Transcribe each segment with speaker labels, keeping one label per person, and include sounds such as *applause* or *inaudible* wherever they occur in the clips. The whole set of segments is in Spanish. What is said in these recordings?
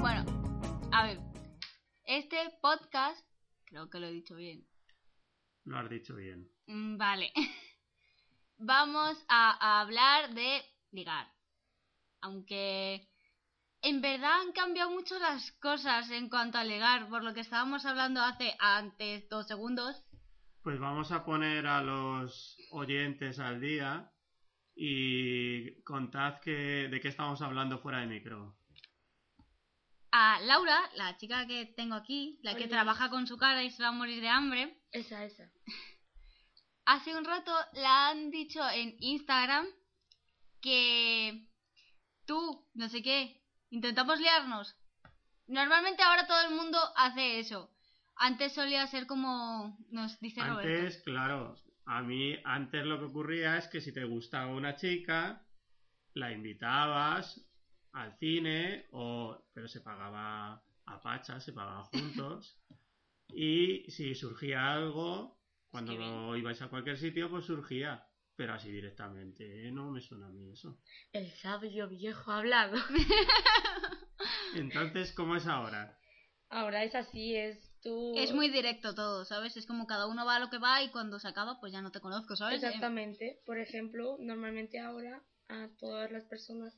Speaker 1: Bueno, a ver. Este podcast, creo que lo he dicho bien.
Speaker 2: Lo has dicho bien.
Speaker 1: Mm, Vale. *laughs* Vamos a, a hablar de ligar. Aunque en verdad han cambiado mucho las cosas en cuanto a ligar, por lo que estábamos hablando hace antes dos segundos.
Speaker 2: Pues vamos a poner a los oyentes al día y contad que, de qué estamos hablando fuera de micro.
Speaker 1: A Laura, la chica que tengo aquí, la que
Speaker 3: Hola.
Speaker 1: trabaja con su cara y se va a morir de hambre,
Speaker 3: Esa, esa.
Speaker 1: Hace un rato la han dicho en Instagram que tú, no sé qué, intentamos liarnos. Normalmente ahora todo el mundo hace eso. Antes solía ser como nos dice Roberto.
Speaker 2: Antes, claro, a mí antes lo que ocurría es que si te gustaba una chica, la invitabas al cine o pero se pagaba a pacha, se pagaba
Speaker 1: *laughs*
Speaker 2: juntos y si surgía algo cuando
Speaker 1: Qué bien.
Speaker 2: ibais a cualquier sitio pues surgía, pero así directamente ¿eh? no me suena a mí eso.
Speaker 3: El sabio viejo ha hablado.
Speaker 2: Entonces, ¿cómo es ahora?
Speaker 3: Ahora es así, es tú.
Speaker 1: Es muy directo todo, ¿sabes? Es como cada uno va a lo que va y cuando se acaba pues ya no te conozco, ¿sabes?
Speaker 3: Exactamente. Por ejemplo, normalmente ahora a todas las personas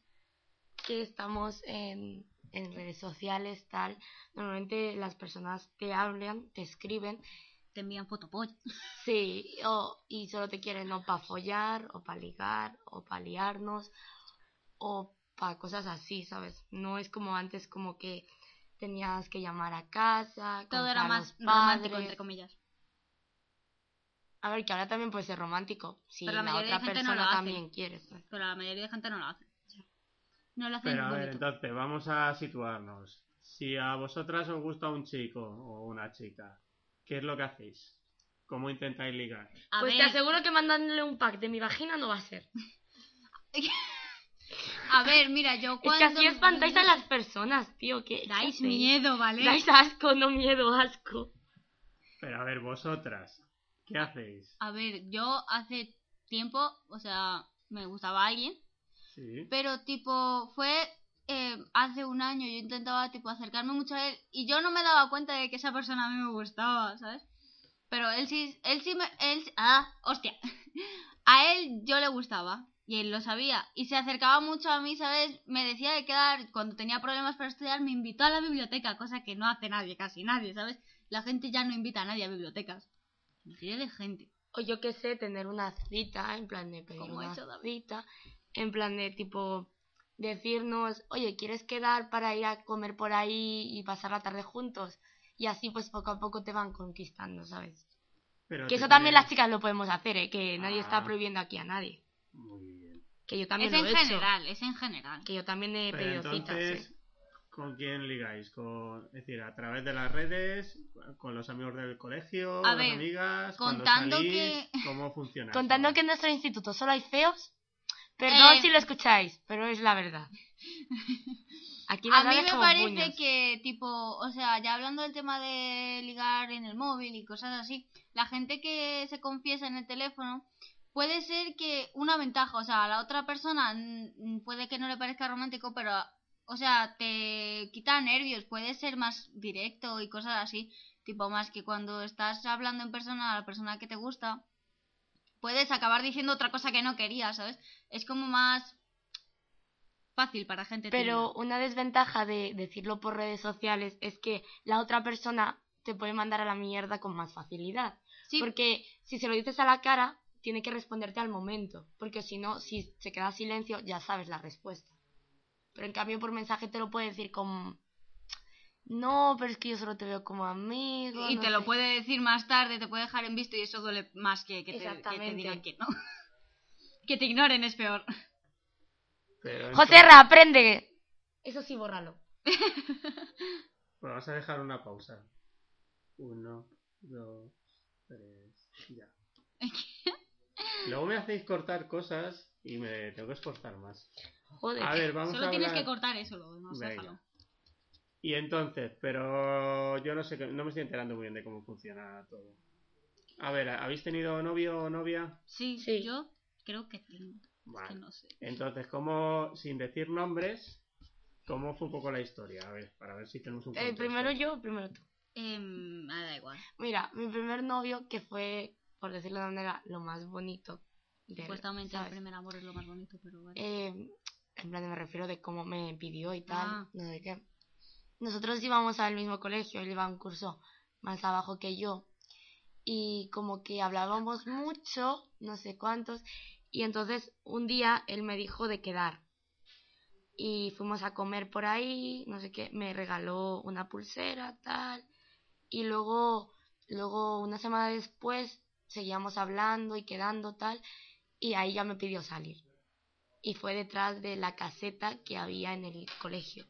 Speaker 3: que estamos en, en redes sociales, tal, normalmente las personas te hablan, te escriben,
Speaker 1: Eh, Te envían fotopolla.
Speaker 3: sí, o, y solo te quieren o para follar, o para ligar, o para liarnos, o para cosas así, ¿sabes? No es como antes, como que tenías que llamar a casa,
Speaker 1: Todo
Speaker 3: contar
Speaker 1: era
Speaker 3: a
Speaker 1: más
Speaker 3: los
Speaker 1: romántico,
Speaker 3: padres.
Speaker 1: entre comillas.
Speaker 3: A ver, que ahora también puede ser romántico. Si
Speaker 1: Pero la
Speaker 3: la,
Speaker 1: mayoría de
Speaker 3: otra
Speaker 1: gente no
Speaker 3: persona
Speaker 1: lo hace.
Speaker 3: también quiere. pues. ¿sabes?
Speaker 1: Pero la mayoría de gente no lo hace. No lo hace
Speaker 2: Pero a ver,
Speaker 1: bonito.
Speaker 2: entonces vamos a situarnos. Si a vosotras os gusta un chico o una chica, ¿qué es lo que hacéis? ¿Cómo intentáis ligar?
Speaker 1: A
Speaker 3: pues
Speaker 1: ver,
Speaker 3: te aseguro que mandándole un pack de mi vagina no va a ser.
Speaker 1: a ver, mira, yo
Speaker 3: Es
Speaker 1: cuando...
Speaker 3: que así espantáis a las personas, tío. Que, que
Speaker 1: Dais
Speaker 3: te-
Speaker 1: miedo, ¿eh? ¿vale?
Speaker 3: Dais asco, no miedo, asco.
Speaker 2: Pero a ver, vosotras, ¿qué hacéis?
Speaker 1: A ver, yo hace tiempo, o sea, me gustaba alguien,
Speaker 2: Sí.
Speaker 1: pero tipo, fue eh, hace un año, yo intentaba tipo acercarme mucho a él y yo no me daba cuenta de que esa persona a mí me gustaba, ¿sabes? Pero él sí, él sí me, él, sí- ah, hostia, *laughs* a él yo le gustaba y él lo sabía y se acercaba mucho a mí, ¿sabes? Me decía de quedar, cuando tenía problemas para estudiar, me invitó a la biblioteca, cosa que no hace nadie, casi nadie, ¿sabes? La gente ya no invita a nadie a bibliotecas. Cantidad de gente.
Speaker 3: O yo qué sé, tener una cita, en plan de pedir
Speaker 1: Como ha
Speaker 3: una
Speaker 1: hecho David.
Speaker 3: cita. En plan de tipo decirnos, oye, ¿quieres quedar para ir a comer por ahí y pasar la tarde juntos? Y así pues poco a poco te van conquistando, ¿sabes?
Speaker 2: Pero
Speaker 3: Que
Speaker 2: te
Speaker 3: eso también
Speaker 2: quieren-
Speaker 3: las chicas lo podemos hacer, ¿eh? que nadie
Speaker 2: Ah.
Speaker 3: está prohibiendo aquí a nadie.
Speaker 2: Muy bien.
Speaker 3: Que yo también
Speaker 1: es en
Speaker 3: lo he hecho.
Speaker 1: general, es en general.
Speaker 3: Que yo también he
Speaker 2: Pero
Speaker 3: pedido
Speaker 2: entonces,
Speaker 3: citas. ¿eh?
Speaker 2: ¿con quién ligáis? Con, es decir, a través de las redes, con los amigos del colegio,
Speaker 1: A
Speaker 2: las
Speaker 1: ver,
Speaker 2: amigas, cuando
Speaker 1: contando
Speaker 2: salís,
Speaker 1: que-
Speaker 2: ¿cómo funciona?
Speaker 3: Contando
Speaker 2: eso?
Speaker 3: que en nuestro instituto solo hay feos. Perdón
Speaker 1: Eh.
Speaker 3: si lo escucháis, pero es la
Speaker 1: *laughs*
Speaker 3: verdad. Aquí
Speaker 1: A
Speaker 3: las
Speaker 1: mí
Speaker 3: redes
Speaker 1: me
Speaker 3: como
Speaker 1: parece
Speaker 3: puños.
Speaker 1: que, tipo, o sea, ya hablando del tema de ligar en el móvil y cosas así, la gente que se confiesa en el teléfono puede ser que una ventaja, o sea, a la otra persona mm, puede que no le parezca romántico, pero, o sea, te quita nervios, puede ser más directo y cosas así, tipo, más que cuando estás hablando en persona a la persona que te gusta, puedes acabar diciendo otra cosa que no querías, ¿sabes? Es como más fácil para gente tímida.
Speaker 3: Pero una desventaja de decirlo por redes sociales es que la otra persona te puede mandar a la mierda con más facilidad.
Speaker 1: Sí,
Speaker 3: Porque si se lo dices a la cara, tiene que responderte al momento. Porque si no, si se queda silencio, ya sabes la respuesta. Pero en cambio, por mensaje te lo puede decir con. No, pero es que yo solo te veo como amigo.
Speaker 1: y
Speaker 3: no
Speaker 1: te lo
Speaker 3: sé".
Speaker 1: puede decir más tarde, te puede dejar en visto y eso duele más que que te, que te
Speaker 3: Exactamente.
Speaker 1: digan que no. *laughs* que te ignoren es peor.
Speaker 2: Pero
Speaker 3: José
Speaker 2: entonces-
Speaker 3: Ra, aprende. Eso sí, bórralo.
Speaker 2: Bueno, vamos a dejar una pausa. Uno, dos, tres,
Speaker 1: *laughs*
Speaker 2: ya. Luego me hacéis cortar cosas y me tengo que esforzar más.
Speaker 3: Joder.
Speaker 2: A ver, vamos
Speaker 1: Solo
Speaker 2: a
Speaker 1: tienes
Speaker 2: hablar-
Speaker 1: que cortar eso luego, no sé,
Speaker 2: Venga.
Speaker 1: déjalo.
Speaker 2: Y entonces, pero yo no sé, qué- no me estoy enterando muy bien de cómo funciona todo. A ver, ¿habéis tenido novio o novia?
Speaker 1: Sí,
Speaker 3: Sí.
Speaker 1: yo creo que tengo, es que
Speaker 2: Vale.
Speaker 1: no sé.
Speaker 2: Entonces, ¿cómo, sin decir nombres, cómo fue un poco la historia? A ver, para ver si tenemos un
Speaker 3: Eh,
Speaker 2: contexto.
Speaker 3: primero yo, primero tú.
Speaker 1: Em, ah, da igual,
Speaker 3: Mira, mi primer novio, que fue, por decirlo de una manera, lo más bonito. del-
Speaker 1: supuestamente el
Speaker 3: ¿sabes?
Speaker 1: primer amor es lo más bonito, pero bueno.
Speaker 3: Eh, en plan, me refiero de cómo me pidió y tal,
Speaker 1: Ah.
Speaker 3: no sé qué. Nosotros íbamos al mismo colegio, él iba a un curso más abajo que yo. Y como que hablábamos mucho, no sé cuántos. Y entonces un día él me dijo de quedar. Y fuimos a comer por ahí, no sé qué. Me regaló una pulsera, tal. Y luego, luego una semana después, seguíamos hablando y quedando, tal. Y ahí ya me pidió salir y fue detrás de la caseta que había en el colegio.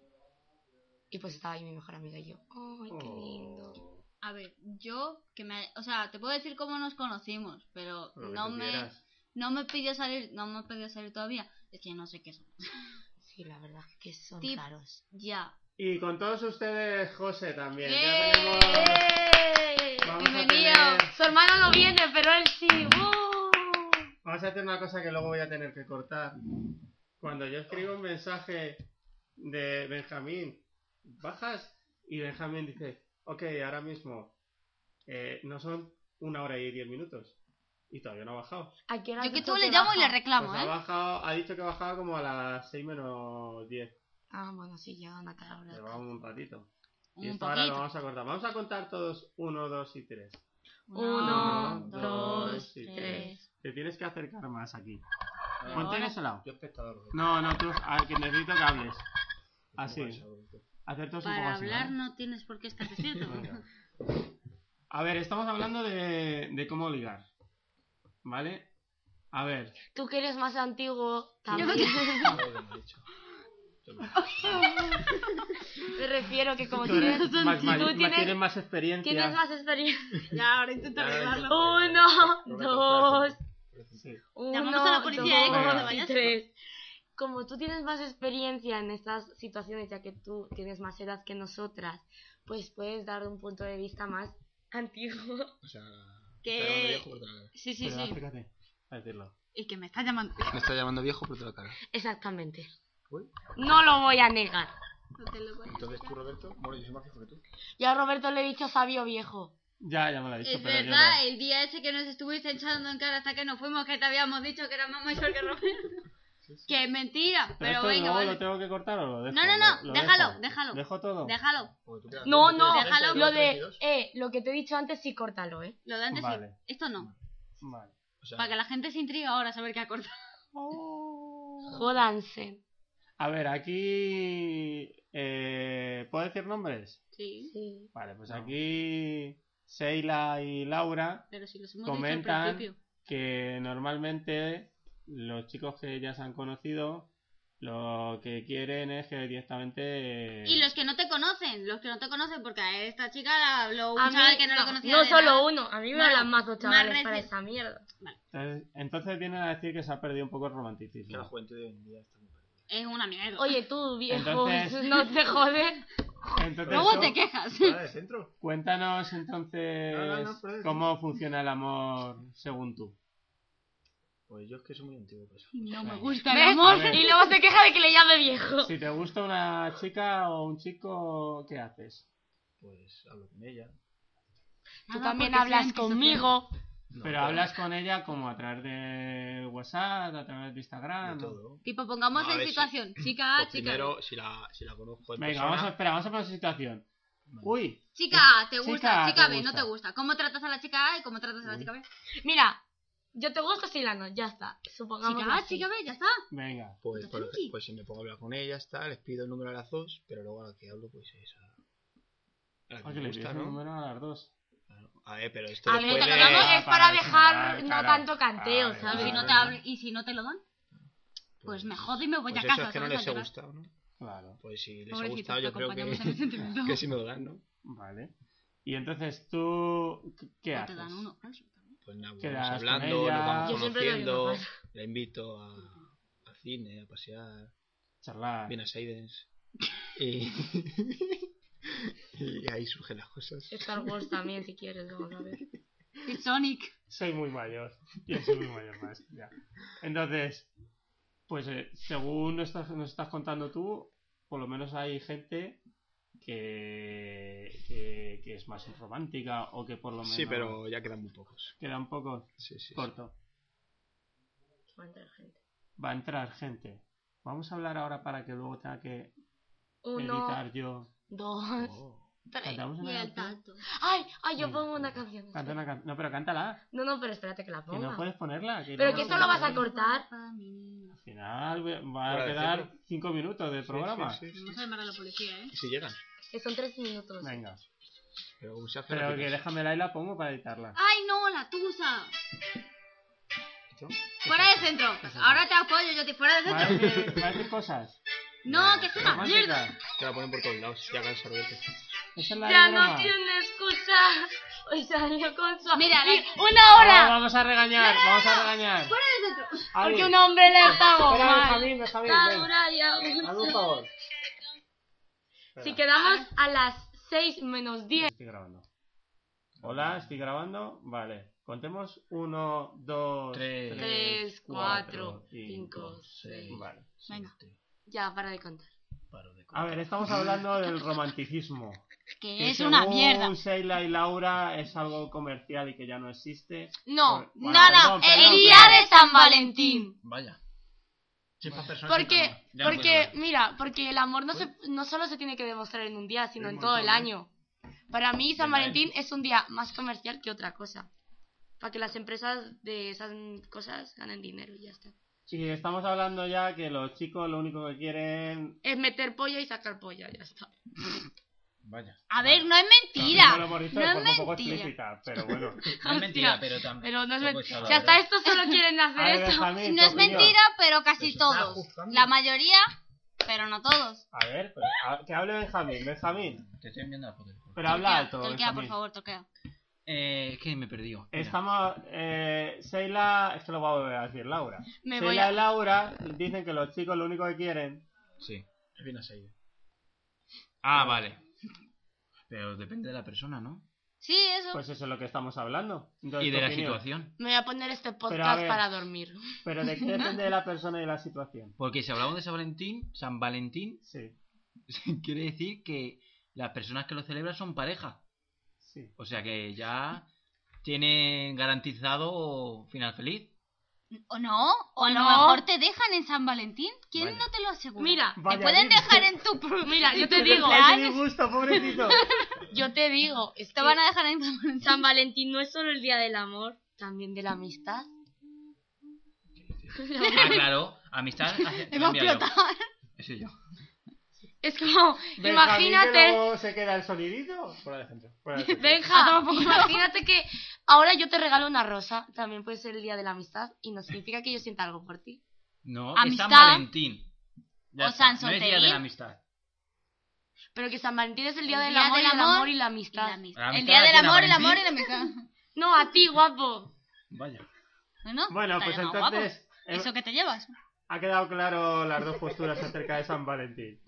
Speaker 3: Y pues estaba ahí mi mejor amiga y yo. ¡Ay, qué lindo!
Speaker 2: Oh,
Speaker 1: A ver, yo, que me, o sea, te puedo decir cómo nos conocimos, pero
Speaker 2: lo que
Speaker 1: no
Speaker 2: tú
Speaker 1: me,
Speaker 2: quieras.
Speaker 1: no me pidió salir, no me pidió salir todavía, es que no sé qué son.
Speaker 3: Sí, la verdad es que son
Speaker 1: Tip.
Speaker 3: raros.
Speaker 1: Ya.
Speaker 2: Y con todos ustedes, José también. Ya
Speaker 1: ¡Yay!
Speaker 2: tenemos- Vamos a
Speaker 1: Bienvenido.
Speaker 2: tener-
Speaker 3: Su hermano no viene, pero él sí. Uh. ¡Wow!
Speaker 2: Vamos a hacer una cosa que luego voy a tener que cortar. Cuando yo escribo un mensaje de Benjamín, bajas y Benjamín dice, ok, ahora mismo eh, no son una hora y diez minutos. Y todavía no ha bajado.
Speaker 3: ¿A qué hora
Speaker 1: Yo
Speaker 3: has
Speaker 1: que
Speaker 3: dicho
Speaker 1: tú le llamo y le
Speaker 3: baja?
Speaker 1: reclamo,
Speaker 2: Pues ha
Speaker 1: ¿eh?
Speaker 2: bajado, ha dicho que bajaba como a las seis menos diez.
Speaker 3: Ah, bueno, sí, ya una cada hora.
Speaker 2: Llevamos un ratito. Y
Speaker 1: Un
Speaker 2: esto ahora lo
Speaker 1: poquito.
Speaker 2: vamos a cortar. Vamos a contar todos uno, dos y tres.
Speaker 3: Uno,
Speaker 2: Uno,
Speaker 3: dos,
Speaker 2: dos y
Speaker 3: tres.
Speaker 2: Te tienes que acercar más aquí.
Speaker 1: Y
Speaker 2: Ponte en
Speaker 1: ahora-
Speaker 2: ese lado.
Speaker 4: Yo espectador. ¿no?
Speaker 2: No, no, tú, a ver, que necesito que hables. Así. Acertos un poco
Speaker 1: Para
Speaker 2: así, ¿vale?
Speaker 1: hablar no tienes por qué estar despierto.
Speaker 2: *laughs* Venga. A ver, estamos hablando de, de cómo ligar. ¿Vale? A ver,
Speaker 3: Tú que eres más antiguo,
Speaker 1: Yo *laughs*
Speaker 3: también.
Speaker 4: Joder, me he hecho. Yo me-
Speaker 3: *laughs* me refiero que como
Speaker 2: tú, eres
Speaker 3: tienes,
Speaker 2: más, mayor-
Speaker 3: tú
Speaker 2: más-
Speaker 3: tienes-
Speaker 2: tienes más experiencia.
Speaker 3: tienes más experiencia. *laughs* Ya, ahora intento
Speaker 4: Ya, ahora
Speaker 3: arreglarlo.
Speaker 4: intento arreglarlo.
Speaker 3: Uno,
Speaker 4: Roberto,
Speaker 3: dos,
Speaker 2: Sí.
Speaker 1: Llamamos a la policía,
Speaker 2: ¿eh? Como te
Speaker 3: y
Speaker 1: vayas.
Speaker 3: tres. Como tú tienes más experiencia en estas situaciones, ya que tú tienes más edad que nosotras, pues puedes dar un punto de vista más
Speaker 4: *laughs*
Speaker 3: antiguo.
Speaker 4: O sea,
Speaker 1: Que-
Speaker 4: me está llamando viejo por otra cara.
Speaker 1: Sí, sí,
Speaker 2: Pero
Speaker 1: sí.
Speaker 2: acércate a decirlo.
Speaker 1: Y que me estás llamando.
Speaker 4: Me está llamando viejo por otra cara.
Speaker 3: Exactamente.
Speaker 4: Uy.
Speaker 3: No lo voy a negar.
Speaker 4: Entonces tú, Roberto, bueno, yo soy más viejo que tú.
Speaker 3: Yo a Roberto le he dicho sabio viejo.
Speaker 2: Ya, ya me lo he dicho.
Speaker 1: Es
Speaker 2: pero yo
Speaker 1: verdad, eh, el día ese que nos estuviste echando en cara hasta que nos fuimos, que te habíamos dicho que era más mayor que Roberto. que es mentira,
Speaker 2: no. Pero
Speaker 1: pero
Speaker 2: esto
Speaker 1: venga,
Speaker 2: luego
Speaker 1: vale.
Speaker 2: lo tengo que cortar o lo dejo.
Speaker 1: No, no, no,
Speaker 2: Lo- lo
Speaker 1: déjalo,
Speaker 2: dejo.
Speaker 1: déjalo.
Speaker 2: Dejo todo.
Speaker 1: Déjalo.
Speaker 4: Porque tú quedas
Speaker 3: No,
Speaker 4: bien, tú
Speaker 3: no,
Speaker 4: tienes
Speaker 1: déjalo.
Speaker 4: 20,
Speaker 3: Lo
Speaker 4: yo tengo
Speaker 3: de,
Speaker 4: 32.
Speaker 3: eh, lo que te he dicho antes sí córtalo, eh.
Speaker 1: Lo de antes
Speaker 2: Vale.
Speaker 1: sí. Esto no.
Speaker 2: Vale.
Speaker 4: O sea,
Speaker 1: Para que la gente se intriga ahora a saber qué ha cortado.
Speaker 2: Oh.
Speaker 3: Jodanse.
Speaker 2: A ver, aquí. Eh, ¿Puedo decir nombres?
Speaker 1: Sí.
Speaker 3: Sí.
Speaker 2: Vale, pues aquí. Seila y Laura.
Speaker 1: Pero si los hemos dicho
Speaker 2: Comentan.
Speaker 1: al principio.
Speaker 2: que normalmente los chicos que ya se han conocido lo que quieren es que directamente eh,
Speaker 1: Y los que no te conocen, los que no te conocen, porque a esta chica la habló un
Speaker 3: A mí,
Speaker 1: chaval que no, la
Speaker 3: no,
Speaker 1: conocía.
Speaker 3: no
Speaker 1: de nada.
Speaker 3: solo uno, a mí me
Speaker 1: Vale,
Speaker 3: hablan más dos
Speaker 1: más
Speaker 3: chavales para
Speaker 1: reci-
Speaker 3: esa mierda.
Speaker 1: *laughs*
Speaker 2: entonces, entonces vienen a decir que se ha perdido un poco el
Speaker 4: que la
Speaker 2: romanticismo
Speaker 4: juventud de hoy en día está
Speaker 1: *laughs*
Speaker 4: muy perdida.
Speaker 1: Es una mierda.
Speaker 3: Oye, tú viejo,
Speaker 2: Entonces-
Speaker 3: *laughs* no te jodes.
Speaker 2: entonces
Speaker 1: Luego
Speaker 2: eso-
Speaker 1: te quejas.
Speaker 4: ¿Está de centro?
Speaker 2: cuéntanos entonces
Speaker 4: No, no, no, puedes.
Speaker 2: cómo funciona el amor según tú
Speaker 4: Pues yo es que soy muy antiguo para eso.
Speaker 1: No me
Speaker 2: Venga.
Speaker 1: gusta el
Speaker 3: ¿Ves?
Speaker 1: amor.
Speaker 2: A ver.
Speaker 3: Y luego se queja de que le llame viejo.
Speaker 2: si te gusta una chica o un chico qué haces
Speaker 4: Pues hablo con ella.
Speaker 3: Tú
Speaker 1: Nada,
Speaker 3: también
Speaker 1: porque soy
Speaker 3: hablas conmigo.
Speaker 4: No,
Speaker 2: pero hablas con ella como a través de WhatsApp a través de Instagram
Speaker 4: de
Speaker 2: ¿no?
Speaker 4: todo.
Speaker 1: Tipo, pongamos
Speaker 4: No, a
Speaker 1: en
Speaker 4: ver, sí.
Speaker 1: situación. Ah, Chica A,
Speaker 4: Pues
Speaker 1: chica B.
Speaker 4: primero, si la, si la conozco en
Speaker 2: venga
Speaker 4: persona,
Speaker 2: vamos a esperar vamos a poner esa situación Uy,
Speaker 1: Chica A, te gusta,
Speaker 2: Chica
Speaker 1: chica,
Speaker 2: A, te
Speaker 1: B, no
Speaker 2: gusta.
Speaker 1: te gusta. ¿Cómo tratas a la chica A y cómo tratas a la
Speaker 2: Uy.
Speaker 1: chica B?
Speaker 3: Mira, yo te gusto Silano, ya está. Supongamos
Speaker 1: Chica A,
Speaker 3: así.
Speaker 1: chica B, ya está.
Speaker 2: venga.
Speaker 4: Pues,
Speaker 1: Está
Speaker 4: por ej-
Speaker 1: tranqui.
Speaker 4: pues si me pongo a hablar con ellas, tal, les pido el número a las dos, pero luego a la que hablo, pues es a. a la que
Speaker 2: Ah, que
Speaker 4: me
Speaker 2: le
Speaker 4: gusta,
Speaker 2: pides el
Speaker 4: ¿no?
Speaker 2: número a las dos. Eh,
Speaker 4: Claro. A ver, pero esto
Speaker 3: A ver,
Speaker 4: después
Speaker 3: te lo
Speaker 4: de-
Speaker 3: damos es para
Speaker 2: para
Speaker 3: dejar
Speaker 2: separar,
Speaker 3: no
Speaker 2: claro.
Speaker 3: tanto canteo,
Speaker 4: Vale,
Speaker 1: Y
Speaker 3: ¿sabes?
Speaker 1: si no te
Speaker 4: vale.
Speaker 1: hablo- y si no te lo dan, pues me jodo y me voy
Speaker 4: Pues
Speaker 1: a
Speaker 4: eso
Speaker 1: casa.
Speaker 4: es que no
Speaker 1: ¿sabes?
Speaker 4: les he
Speaker 1: Al llegar.
Speaker 4: gustado, ¿no?
Speaker 2: Claro,
Speaker 4: Pues si les ha
Speaker 1: Pobrecitos,
Speaker 4: gustado,
Speaker 1: te
Speaker 4: yo creo
Speaker 1: acompañamos en el
Speaker 4: que,
Speaker 3: este
Speaker 4: *laughs*
Speaker 1: sentimiento.
Speaker 4: que sí me lo dan, ¿no?
Speaker 2: vale. Y entonces tú, ¿qué-
Speaker 1: O
Speaker 2: ¿qué
Speaker 3: Pues
Speaker 1: te
Speaker 2: haces?
Speaker 1: dan uno falso también.
Speaker 4: Pues nada, vamos
Speaker 2: Quedas con
Speaker 4: hablando,
Speaker 2: ella.
Speaker 4: nos vamos
Speaker 3: Yo siempre doy una
Speaker 4: conociendo,
Speaker 3: mano.
Speaker 4: la invito a, al cine, a pasear,
Speaker 2: Charlar.
Speaker 4: viene a Seidens. Y... *laughs* y ahí surgen las cosas.
Speaker 3: Star Wars también, si quieres, vamos a ver.
Speaker 1: Y Sonic.
Speaker 2: Soy muy mayor. Yo soy muy mayor más. ya. Entonces, pues eh, según nos estás, nos estás contando tú, por lo menos hay gente que, que, que es más romántica o que por lo menos
Speaker 4: Sí, pero ya quedan muy pocos.
Speaker 2: queda un poco
Speaker 4: Sí, sí, sí.
Speaker 2: corto.
Speaker 3: Va a entrar gente.
Speaker 2: Va a entrar gente. Vamos a hablar ahora para que luego tenga que
Speaker 3: Uno,
Speaker 2: editar yo.
Speaker 3: dos,
Speaker 4: Oh.
Speaker 3: tres.
Speaker 2: Cantamos una
Speaker 1: Y al
Speaker 2: canción.
Speaker 1: tanto.
Speaker 3: Ay, ay, yo
Speaker 2: Venga,
Speaker 3: pongo una
Speaker 2: venga.
Speaker 3: canción. espera.
Speaker 2: Canta una can- No, pero cántala.
Speaker 3: No, no, pero espérate que la
Speaker 2: Que no
Speaker 3: ponga.
Speaker 2: puedes ponerla. que
Speaker 3: Pero
Speaker 2: no-
Speaker 3: que esto lo vas a cortar.
Speaker 1: Papá, mi niño.
Speaker 2: Al final va a
Speaker 4: Fuera de
Speaker 2: quedar
Speaker 4: centro.
Speaker 2: cinco minutos de
Speaker 4: Sí,
Speaker 2: programa.
Speaker 4: sí, sí, sí.
Speaker 1: Vamos a llamar a la policía, ¿eh?
Speaker 4: Y si llegan.
Speaker 3: Que son tres minutos.
Speaker 2: Venga.
Speaker 4: Pero como se hace
Speaker 2: Pero
Speaker 4: rápido.
Speaker 2: que déjamela y la pongo para editarla.
Speaker 1: ¡Ay, no! ¡La tusa!
Speaker 4: ¿Esto?
Speaker 1: ¡Fuera de centro! Ahora te apoyo yo, te fuera de centro.
Speaker 2: Parece, parece cosas.
Speaker 1: No, que es una
Speaker 2: Romántica.
Speaker 1: mierda.
Speaker 4: Te la ponen por todos lados. Ya cansa de verte.
Speaker 2: Esa es la
Speaker 3: Ya
Speaker 2: de
Speaker 3: no
Speaker 2: broma.
Speaker 3: tiene excusa. Hoy salió con su.
Speaker 1: Mira, la-
Speaker 3: Sí, una
Speaker 2: No,
Speaker 3: hora.
Speaker 2: vamos a regañar, vamos a regañar.
Speaker 1: ¡Fuera de centro!
Speaker 2: Adi,
Speaker 3: Porque un hombre le pagó
Speaker 2: espera,
Speaker 3: mal.
Speaker 2: Benjamín, Benjamín,
Speaker 3: La
Speaker 2: ven.
Speaker 3: horaria.
Speaker 2: Hazme un favor.
Speaker 3: Si quedamos a las seis menos diez.
Speaker 2: Estoy grabando. Hola, estoy grabando. Vale. Contemos uno, dos,
Speaker 4: Tres,
Speaker 3: Tres, cuatro, cinco, seis.
Speaker 2: Vale.
Speaker 1: Venga.
Speaker 3: Ya, para de contar.
Speaker 4: Paro de
Speaker 2: A ver, estamos hablando del romanticismo.
Speaker 1: Que es
Speaker 2: según
Speaker 1: una mierda.
Speaker 2: Sheila y Laura es algo comercial y que ya no existe.
Speaker 3: No,
Speaker 2: Bueno,
Speaker 3: nada.
Speaker 2: perdón, perdón,
Speaker 3: el día
Speaker 2: perdón.
Speaker 3: de San Valentín.
Speaker 4: Vaya. Sí, para personas
Speaker 3: Porque,
Speaker 4: que no. Ya no puedes
Speaker 3: porque,
Speaker 4: hablar.
Speaker 3: mira, porque el amor no, se, no solo se tiene que demostrar en un día, sino
Speaker 4: Un
Speaker 3: en todo el
Speaker 4: montón, ¿eh?
Speaker 3: año. Para mí, San
Speaker 4: Venga,
Speaker 3: Valentín es un día más comercial que otra cosa. Para que las empresas de esas cosas ganen dinero y ya está.
Speaker 2: Sí, estamos hablando ya que los chicos lo único que quieren.
Speaker 3: Es meter polla y sacar polla, ya está.
Speaker 4: Vaya.
Speaker 1: A ver, no es
Speaker 2: No lo
Speaker 1: mentira.
Speaker 2: hemos dicho
Speaker 1: No
Speaker 2: de
Speaker 1: es
Speaker 2: forma un poco
Speaker 1: mentira.
Speaker 2: explícita,
Speaker 1: *laughs*
Speaker 2: pero bueno.
Speaker 4: No es
Speaker 3: *laughs*
Speaker 4: mentira,
Speaker 3: Hostia,
Speaker 4: pero también.
Speaker 3: Pero no es
Speaker 4: Tampoco
Speaker 3: mentira.
Speaker 4: está
Speaker 3: Si
Speaker 4: la
Speaker 3: hasta
Speaker 4: verdad.
Speaker 3: esto *laughs* solo quieren
Speaker 2: A ver,
Speaker 3: hacer esto.
Speaker 2: Benjamín,
Speaker 1: No
Speaker 2: tu
Speaker 1: es
Speaker 2: opinión.
Speaker 1: mentira, pero casi
Speaker 4: Pero se está
Speaker 1: todos.
Speaker 4: juzgando.
Speaker 1: La mayoría, pero no todos.
Speaker 2: A ver, pues, a- que hable Benjamín, Benjamín.
Speaker 5: Te estoy enviando la foto. del cuerpo.
Speaker 2: Pero habla alto.
Speaker 1: Torquea, por
Speaker 2: Benjamín.
Speaker 1: favor, torquea.
Speaker 5: Eh, es que me perdió. Mira.
Speaker 2: Estamos. Eh, Sheila. Es que lo va a volver a decir Laura.
Speaker 3: Me voy
Speaker 2: Sheila
Speaker 3: a...
Speaker 2: y Laura dicen que los chicos lo único que quieren.
Speaker 5: Sí.
Speaker 4: Es bien así.
Speaker 5: Ah, vale. Pero depende de la persona, ¿no?
Speaker 1: Sí, eso.
Speaker 2: Pues eso es lo que estamos hablando. Entonces,
Speaker 5: Y de
Speaker 2: tu
Speaker 5: la
Speaker 2: opinión.
Speaker 5: situación.
Speaker 3: Me voy a poner este
Speaker 2: a
Speaker 3: podcast
Speaker 2: ver.
Speaker 3: para dormir.
Speaker 2: Pero de qué depende de la persona y de la situación.
Speaker 5: Porque si hablamos de San Valentín, San Valentín *laughs*
Speaker 2: Sí,
Speaker 5: quiere decir que las personas que lo celebran son pareja.
Speaker 2: sí.
Speaker 5: O sea que ya tienen garantizado final feliz.
Speaker 1: O no, o a lo
Speaker 3: No.
Speaker 1: mejor te dejan en San Valentín. ¿Quién
Speaker 5: Vaya.
Speaker 1: no te lo asegura?
Speaker 3: Mira,
Speaker 1: te
Speaker 2: Vaya
Speaker 1: pueden
Speaker 2: mierda.
Speaker 1: dejar en
Speaker 3: *laughs*
Speaker 1: tu. pro-
Speaker 3: Mira,
Speaker 1: *laughs*
Speaker 3: yo te
Speaker 2: Pero
Speaker 3: digo,
Speaker 2: qué disgusto, pobrecito.
Speaker 3: yo te digo, es
Speaker 1: Te
Speaker 3: que
Speaker 1: van a dejar en San Valentín.
Speaker 3: San Valentín no es solo el día del amor, también de la amistad.
Speaker 5: Ah, claro.
Speaker 3: *laughs*
Speaker 5: Amistad. hace-
Speaker 1: Te va a
Speaker 5: cambia yo.
Speaker 1: explotar.
Speaker 5: Eso yo.
Speaker 3: Es como,
Speaker 2: Benjamín, que
Speaker 3: imagínate,
Speaker 2: luego se queda el sonidito.
Speaker 4: Fuera de centro.
Speaker 2: Fuera de sitio.
Speaker 3: Benja, Ah, imagínate que ahora yo te regalo una rosa, también puede ser el día de la amistad y no significa que yo sienta algo por ti.
Speaker 5: No,
Speaker 1: Amistad.
Speaker 5: es San Valentín. Ya
Speaker 1: O
Speaker 5: está.
Speaker 1: San
Speaker 5: No es día de
Speaker 1: Soterín.
Speaker 5: la amistad.
Speaker 3: Pero que San Valentín es el día,
Speaker 1: El
Speaker 3: del,
Speaker 1: día
Speaker 3: amor,
Speaker 1: del
Speaker 3: y el
Speaker 1: amor
Speaker 3: amor y la amistad.
Speaker 1: El
Speaker 5: La amistad
Speaker 1: día del
Speaker 5: hacia la
Speaker 1: amor, el
Speaker 5: Valentín.
Speaker 1: amor y la amistad.
Speaker 3: No, a ti, guapo.
Speaker 5: Vaya.
Speaker 1: Bueno,
Speaker 2: Bueno,
Speaker 1: está
Speaker 2: pues
Speaker 1: llamado guapo.
Speaker 2: entonces. eh,
Speaker 1: ¿Eso que te llevas?
Speaker 2: Ha quedado claro las dos posturas acerca de San Valentín.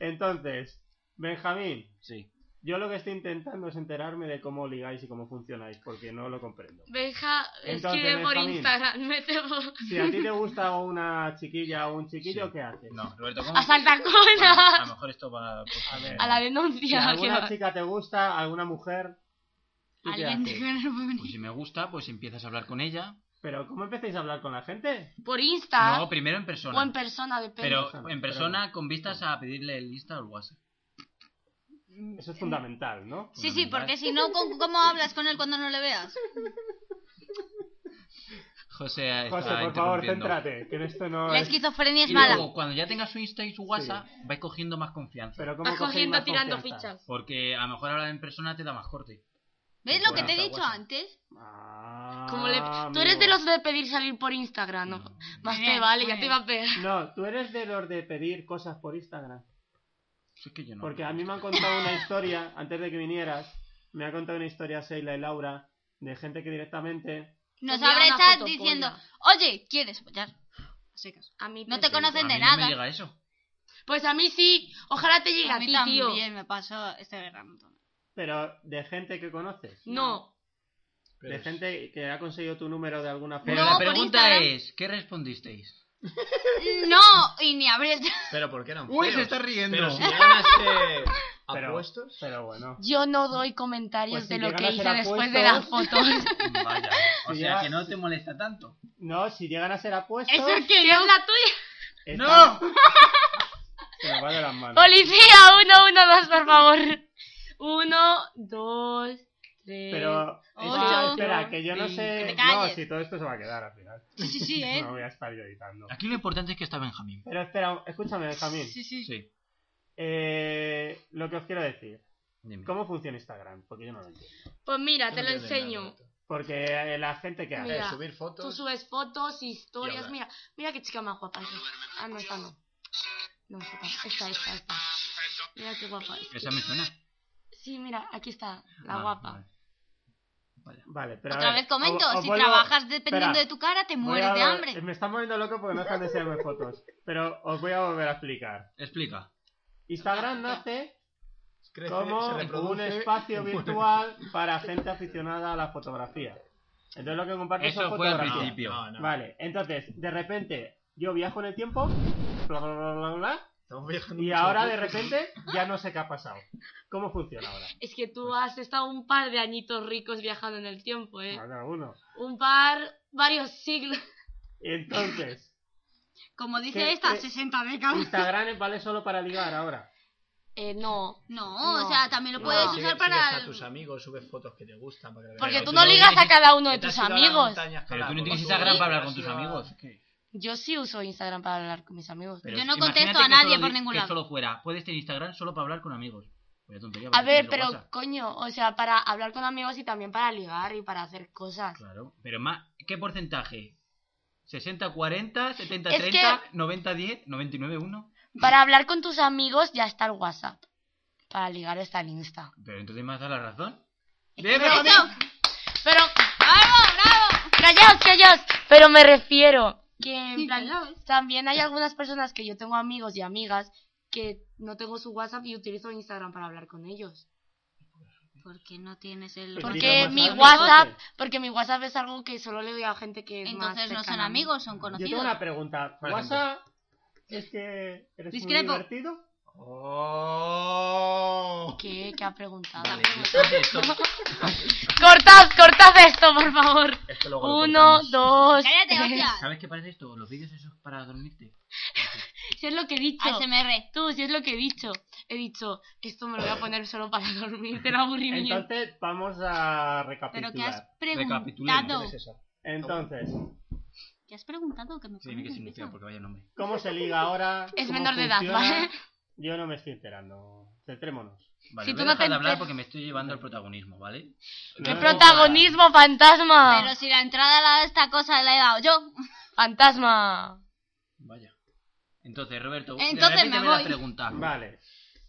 Speaker 2: Entonces, Benjamín,
Speaker 5: Sí.
Speaker 2: yo lo que estoy intentando es enterarme de cómo ligáis y cómo funcionáis, porque no lo comprendo.
Speaker 3: Benja,
Speaker 2: Entonces,
Speaker 3: escribe por
Speaker 2: Benjamín.
Speaker 3: Instagram, *laughs* mete por...
Speaker 2: Si a ti te gusta una chiquilla o un chiquillo,
Speaker 5: Sí.
Speaker 2: ¿qué haces?
Speaker 5: No, Roberto, ¿cómo?
Speaker 3: *laughs*
Speaker 5: Bueno,
Speaker 3: A
Speaker 5: a lo
Speaker 3: Saltaconas,
Speaker 5: mejor esto va
Speaker 2: A ver.
Speaker 3: a la
Speaker 2: Si
Speaker 3: denuncia. que
Speaker 2: alguna
Speaker 3: va.
Speaker 2: chica te gusta, alguna mujer, ¿tú qué
Speaker 1: Alguien *laughs*
Speaker 2: haces?
Speaker 1: dijo que no puede
Speaker 5: Pues
Speaker 1: venir.
Speaker 5: si me gusta, pues empiezas a hablar con ella.
Speaker 2: Pero ¿cómo empezáis a hablar con la gente?
Speaker 3: Por Insta
Speaker 5: No, primero en
Speaker 3: o en
Speaker 5: persona.
Speaker 3: persona, depende.
Speaker 5: Pero
Speaker 2: persona,
Speaker 5: en persona con vistas a pedirle el lista o el WhatsApp.
Speaker 2: Eso es fundamental, ¿no?
Speaker 1: Sí, sí, porque si no, ¿con- ¿cómo hablas con él cuando no le veas?
Speaker 5: José, está
Speaker 2: José, por favor,
Speaker 5: interrumpiendo.
Speaker 2: céntrate, que en esto no
Speaker 1: La
Speaker 2: es...
Speaker 1: esquizofrenia es
Speaker 5: Y
Speaker 1: mala.
Speaker 5: luego, cuando ya tengas su Insta y su WhatsApp, vais cogiendo más confianza.
Speaker 2: Pero ¿cómo
Speaker 3: Vas
Speaker 2: cogéis
Speaker 3: cogiendo
Speaker 2: más
Speaker 3: tirando
Speaker 2: confianza?
Speaker 3: fichas.
Speaker 5: Porque a lo mejor ahora en persona te da más corte.
Speaker 1: ¿Ves lo que te he
Speaker 5: Guasa,
Speaker 1: dicho
Speaker 5: guasa.
Speaker 1: antes?
Speaker 2: Ah,
Speaker 3: Como le... Tú
Speaker 2: amigo. Mm.
Speaker 3: eres de los de pedir salir por Instagram, ¿no? Más
Speaker 1: Muy bien,
Speaker 3: te vale,
Speaker 1: muy
Speaker 3: ya te
Speaker 1: bien.
Speaker 3: iba a pegar.
Speaker 2: No, tú eres de los de pedir cosas por Instagram.
Speaker 5: Si es que yo no.
Speaker 2: Porque a mí me han contado una historia, antes de que vinieras, me ha contado una historia Seila y Laura, de gente que directamente...
Speaker 1: Nos
Speaker 3: Envía
Speaker 1: abre
Speaker 3: una
Speaker 1: chat
Speaker 3: foto
Speaker 1: diciendo,
Speaker 3: polla.
Speaker 1: oye, ¿quieres follar? A secas.
Speaker 3: A mí
Speaker 1: No te
Speaker 3: presento.
Speaker 1: conocen
Speaker 5: A
Speaker 1: de
Speaker 5: mí No
Speaker 1: nada.
Speaker 5: me llega eso.
Speaker 3: Pues a mí sí. Ojalá te llegue a,
Speaker 1: a mí
Speaker 3: ti,
Speaker 1: también
Speaker 3: tío.
Speaker 1: me pasó este verano.
Speaker 2: Pero de gente que conoces.
Speaker 3: No.
Speaker 4: Pero
Speaker 2: de
Speaker 4: es-
Speaker 2: gente que ha conseguido tu número de alguna
Speaker 5: Pero
Speaker 1: No,
Speaker 5: la
Speaker 1: por
Speaker 5: pregunta
Speaker 1: Instagram.
Speaker 5: es, ¿qué respondisteis?
Speaker 1: No, y ni abrí *laughs*
Speaker 3: *laughs*
Speaker 1: el chat.
Speaker 4: Pero porque eran
Speaker 5: Uy,
Speaker 4: feos.
Speaker 5: se está riendo.
Speaker 4: Pero si llegan a ser
Speaker 2: Pero-
Speaker 4: apuestos...
Speaker 2: Pero bueno.
Speaker 3: Yo no doy comentarios
Speaker 2: Pues si
Speaker 3: de lo
Speaker 2: llegan
Speaker 3: que
Speaker 2: a ser
Speaker 3: hice después de las
Speaker 2: apuestos- *laughs*
Speaker 3: fotos.
Speaker 5: Vaya. O
Speaker 2: Si
Speaker 5: sea,
Speaker 2: ya-
Speaker 5: que no te molesta tanto.
Speaker 2: No, si llegan a ser apuestos...
Speaker 3: Eso es que es la tuya.
Speaker 2: están- *laughs* Se nos va de las manos.
Speaker 3: Policía, uno, uno, dos, por favor. Uno, dos, tres.
Speaker 2: Pero...
Speaker 1: Ocho,
Speaker 2: Ah, espera, que yo no
Speaker 5: cinco.
Speaker 1: Que te
Speaker 2: sé... No,
Speaker 1: calles.
Speaker 2: si todo esto se va a quedar al final.
Speaker 1: Sí, sí, sí, ¿eh?
Speaker 2: No voy a estar yo editando.
Speaker 5: Aquí lo importante es que está Benjamín.
Speaker 2: Pero espera, escúchame, Benjamín.
Speaker 1: Sí, sí.
Speaker 5: Sí.
Speaker 2: Eh, lo que os quiero decir.
Speaker 5: Dime.
Speaker 2: ¿Cómo funciona Instagram? Porque yo no lo entiendo.
Speaker 3: Pues mira,
Speaker 4: Yo
Speaker 3: te
Speaker 4: no
Speaker 3: lo
Speaker 4: entiendo nada de
Speaker 3: enseño.
Speaker 4: esto.
Speaker 2: Porque eh, la gente que hace...
Speaker 3: Mira,
Speaker 4: Eh, subir fotos...
Speaker 3: Tú subes fotos,
Speaker 4: Y
Speaker 3: historias.
Speaker 4: hablar.
Speaker 3: Mira, mira qué chica más guapa. es. Ah, no, esta no. No, esta, no. esta, esta, esta. Mira qué guapa. es.
Speaker 5: Esa me suena.
Speaker 3: Sí, mira, aquí está, la
Speaker 5: Vale,
Speaker 2: Ah,
Speaker 3: guapa.
Speaker 5: vale. Vaya.
Speaker 2: Vale, pero a
Speaker 1: Otra
Speaker 2: ver,
Speaker 1: vez comento,
Speaker 2: os- os
Speaker 1: si
Speaker 2: vuelvo-
Speaker 1: trabajas dependiendo
Speaker 2: Espera,
Speaker 1: de tu cara, te
Speaker 2: voy a
Speaker 1: mueres de
Speaker 2: vol-
Speaker 1: hambre.
Speaker 2: Me están moviendo loco porque no dejan de enseñarme fotos. Pero os voy a volver a explicar.
Speaker 5: Explica.
Speaker 2: Instagram nace
Speaker 4: crece,
Speaker 2: como
Speaker 4: se
Speaker 2: un
Speaker 4: reproduce,
Speaker 2: espacio
Speaker 4: y muere. *laughs*
Speaker 2: virtual para gente aficionada a la fotografía. Entonces lo que comparto son
Speaker 5: Eso fue al
Speaker 4: No,
Speaker 2: fotografías.
Speaker 5: principio.
Speaker 4: no, no.
Speaker 2: Vale, entonces, de repente, yo viajo en el tiempo, bla, bla, bla, bla, bla,
Speaker 4: Estamos viajando
Speaker 2: y
Speaker 4: mucho.
Speaker 2: ahora de repente ya no sé qué ha pasado. ¿Cómo funciona ahora?
Speaker 3: Es que tú
Speaker 2: Pues
Speaker 3: has estado un par de añitos ricos viajando en el tiempo, ¿eh?
Speaker 2: Cada uno.
Speaker 3: Un par, varios siglos.
Speaker 2: Entonces,
Speaker 1: Como dice
Speaker 2: ¿Qué-
Speaker 1: esta,
Speaker 2: qué-
Speaker 1: 60 décadas.
Speaker 2: Instagram vale solo para ligar ahora.
Speaker 3: Eh, no.
Speaker 1: No,
Speaker 3: No.
Speaker 1: o sea, también lo
Speaker 2: No,
Speaker 1: puedes
Speaker 4: Sigues-
Speaker 1: usar
Speaker 4: sigues
Speaker 1: para...
Speaker 4: a tus amigos, subes fotos que te gustan. para que
Speaker 3: Porque
Speaker 5: Pero
Speaker 4: vean.
Speaker 3: tú
Speaker 5: tú
Speaker 3: no
Speaker 5: no
Speaker 3: ligas a
Speaker 5: tienes-
Speaker 3: cada uno
Speaker 4: Que
Speaker 3: de
Speaker 4: te has
Speaker 3: tus
Speaker 4: ido a la
Speaker 3: amigos.
Speaker 4: montaña
Speaker 5: Pero
Speaker 4: a escalar,
Speaker 5: tú no tienes
Speaker 4: tú
Speaker 5: Instagram para hablar
Speaker 4: has
Speaker 5: con tus
Speaker 4: ido a-
Speaker 5: amigos. es que-
Speaker 3: Yo sí uso Instagram para hablar con mis amigos.
Speaker 5: Pero
Speaker 1: Yo
Speaker 5: es-
Speaker 1: no
Speaker 5: imagínate
Speaker 1: contesto a
Speaker 5: que
Speaker 1: nadie
Speaker 5: solo
Speaker 1: por
Speaker 5: di-
Speaker 1: ningún
Speaker 5: que
Speaker 1: lado.
Speaker 5: solo fuera. Puedes tener Instagram solo para hablar con amigos. Vaya tontería.
Speaker 3: A
Speaker 5: porque
Speaker 3: ver,
Speaker 5: tienes
Speaker 3: pero
Speaker 5: WhatsApp.
Speaker 3: coño, o sea, para hablar con amigos y también para ligar y para hacer cosas.
Speaker 5: Claro, pero más, ¿qué porcentaje? ¿60, 40, 70,
Speaker 3: Es
Speaker 5: 30, 90, 10, 99, 1?
Speaker 3: Para hablar con tus amigos ya está el WhatsApp. Para ligar está el Insta.
Speaker 5: Pero entonces me has dado la razón.
Speaker 1: Eso,
Speaker 5: Déjame.
Speaker 3: Pero,
Speaker 1: ¡Bravo, bravo!
Speaker 3: callaos, callaos. Pero me refiero que en
Speaker 1: Sí,
Speaker 3: plan,
Speaker 1: callaos.
Speaker 3: también hay algunas personas que yo tengo amigos y amigas que no tengo su WhatsApp y utilizo Instagram para hablar con ellos.
Speaker 1: ¿Por qué no tienes el...
Speaker 2: Pero
Speaker 3: Porque
Speaker 2: Utilizas
Speaker 3: mi
Speaker 2: más
Speaker 3: WhatsApp,
Speaker 2: amigos.
Speaker 3: porque mi WhatsApp es algo que solo le doy a gente que es más
Speaker 1: Entonces no son
Speaker 3: cercana a mí.
Speaker 1: amigos, son
Speaker 2: Yo tengo
Speaker 1: conocidos.
Speaker 2: una pregunta.
Speaker 5: Por ejemplo.
Speaker 2: ¿WhatsApp es que eres
Speaker 1: Discrepo.
Speaker 2: muy divertido?
Speaker 4: ¡Oh!
Speaker 3: ¿Qué? ¿Qué ha preguntado?
Speaker 5: Vale, después de esto,
Speaker 3: Cortad, cortad esto, por favor.
Speaker 5: esto luego lo
Speaker 3: Uno,
Speaker 5: cortamos.
Speaker 3: dos, *laughs*
Speaker 1: ¡Cállate,
Speaker 3: tres.
Speaker 1: hostia!
Speaker 5: ¿Sabes qué parece esto? Los vídeos esos para dormirte.
Speaker 3: Si es lo que he dicho.
Speaker 1: ASMR.
Speaker 3: Tú, si es lo que he dicho. He dicho, esto me lo voy a poner solo para *laughs* dormir del aburrimiento.
Speaker 2: Entonces, vamos a
Speaker 1: Pero que has
Speaker 2: recapitular.
Speaker 1: preguntado.
Speaker 5: Recapitulemos.
Speaker 2: Entonces,
Speaker 1: ¿Qué has preguntado? Que me
Speaker 5: Sí,
Speaker 1: pone
Speaker 5: dime qué
Speaker 1: nerviosa.
Speaker 5: significa, porque vaya nombre.
Speaker 2: ¿cómo se liga ahora?
Speaker 3: Es
Speaker 2: ¿Cómo
Speaker 3: menor de edad,
Speaker 2: funciona?
Speaker 3: ¿vale?
Speaker 2: Yo no me estoy enterando. Centrémonos.
Speaker 5: Vale,
Speaker 3: Si
Speaker 5: voy
Speaker 3: tú
Speaker 5: a
Speaker 3: no
Speaker 5: dejar
Speaker 3: te
Speaker 5: de hablar
Speaker 3: enter-
Speaker 5: porque me estoy llevando al protagonismo, ¿vale?
Speaker 3: ¡Qué
Speaker 2: No, no,
Speaker 3: protagonismo, fantasma!
Speaker 1: Pero si la entrada a la- esta cosa la he dado yo.
Speaker 3: Fantasma.
Speaker 5: Vaya. Entonces, Roberto,
Speaker 1: Entonces me
Speaker 5: repíteme
Speaker 1: voy.
Speaker 5: la pregunta.
Speaker 2: Vale.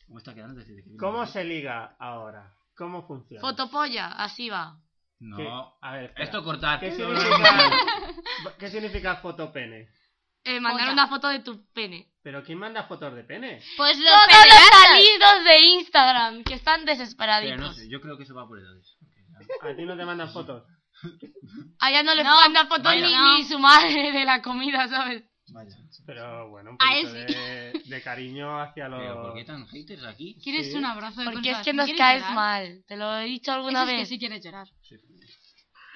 Speaker 5: ¿Cómo está quedando? Desde que vine,
Speaker 2: ¿Cómo
Speaker 5: ¿no?
Speaker 2: se liga ahora? ¿Cómo funciona?
Speaker 3: Fotopolla, así va.
Speaker 2: ¿Qué-
Speaker 5: No.
Speaker 2: A ver, espera.
Speaker 5: Esto cortar.
Speaker 2: ¿Qué
Speaker 5: No, no, no.
Speaker 2: significa, ¿Qué significa fotopene?
Speaker 3: Eh, mandar
Speaker 1: Polla.
Speaker 3: una foto de tu pene.
Speaker 2: ¿Pero quién manda fotos de pene?
Speaker 1: Pues los
Speaker 3: Todos
Speaker 1: pederastas.
Speaker 3: los salidos de Instagram que están desesperaditos.
Speaker 5: Pero no sé, yo creo que eso va por edades. Porque
Speaker 6: *laughs*
Speaker 5: ya-
Speaker 2: A ti no te mandan fotos.
Speaker 3: Allá Ah, no les manda fotos
Speaker 5: vaya.
Speaker 3: ni,
Speaker 1: No.
Speaker 3: ni su madre de la comida, ¿sabes?
Speaker 5: Vaya.
Speaker 2: Pero bueno, un
Speaker 1: A él
Speaker 2: poquito de, de cariño hacia los...
Speaker 5: Pero ¿por qué tan haters aquí?
Speaker 1: ¿Quieres
Speaker 2: Sí.
Speaker 1: un abrazo de
Speaker 3: Porque
Speaker 1: culpa?
Speaker 3: es que nos
Speaker 1: ¿Quieres
Speaker 3: caes
Speaker 1: llorar?
Speaker 3: mal. Te lo he dicho
Speaker 1: Eso
Speaker 3: alguna
Speaker 1: es que
Speaker 3: vez.
Speaker 1: sí quieres llorar.
Speaker 5: Sí.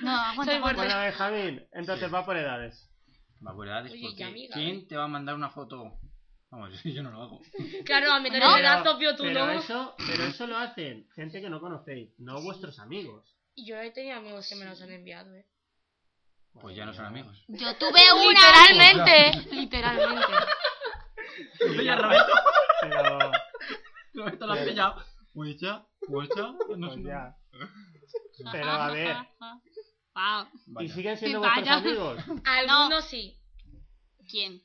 Speaker 1: No, aguanta,
Speaker 3: Soy
Speaker 1: aguanta.
Speaker 2: Bueno, Benjamín, entonces
Speaker 5: Sí.
Speaker 2: va por edades.
Speaker 5: Va por edades
Speaker 3: Oye,
Speaker 5: porque
Speaker 3: y amiga, eh?
Speaker 5: ¿quién te va a mandar una foto
Speaker 6: Vamos, *laughs* yo no lo hago.
Speaker 3: Claro, a meter
Speaker 2: Pero-
Speaker 3: el brazo, pío, tú
Speaker 2: pero
Speaker 3: no.
Speaker 2: Eso, pero eso lo hacen gente que no conocéis, no vuestros amigos.
Speaker 3: Y yo he tenido amigos que me los han enviado, ¿eh?
Speaker 6: Pues ya no son *laughs* amigos.
Speaker 1: Yo tuve una. *laughs*
Speaker 3: Literalmente, literalmente.
Speaker 6: Pues Ya, Roberto.
Speaker 5: *laughs*
Speaker 6: Roberto lo has pillado. Pues ya, pues ya. No
Speaker 2: Pues
Speaker 6: son
Speaker 2: ya.
Speaker 6: amigos.
Speaker 2: Pero a ver.
Speaker 1: Wow.
Speaker 2: ¿Y
Speaker 6: Vaya.
Speaker 2: siguen siendo
Speaker 1: Vaya.
Speaker 2: vuestros amigos?
Speaker 3: Algunos sí.
Speaker 1: ¿Quién?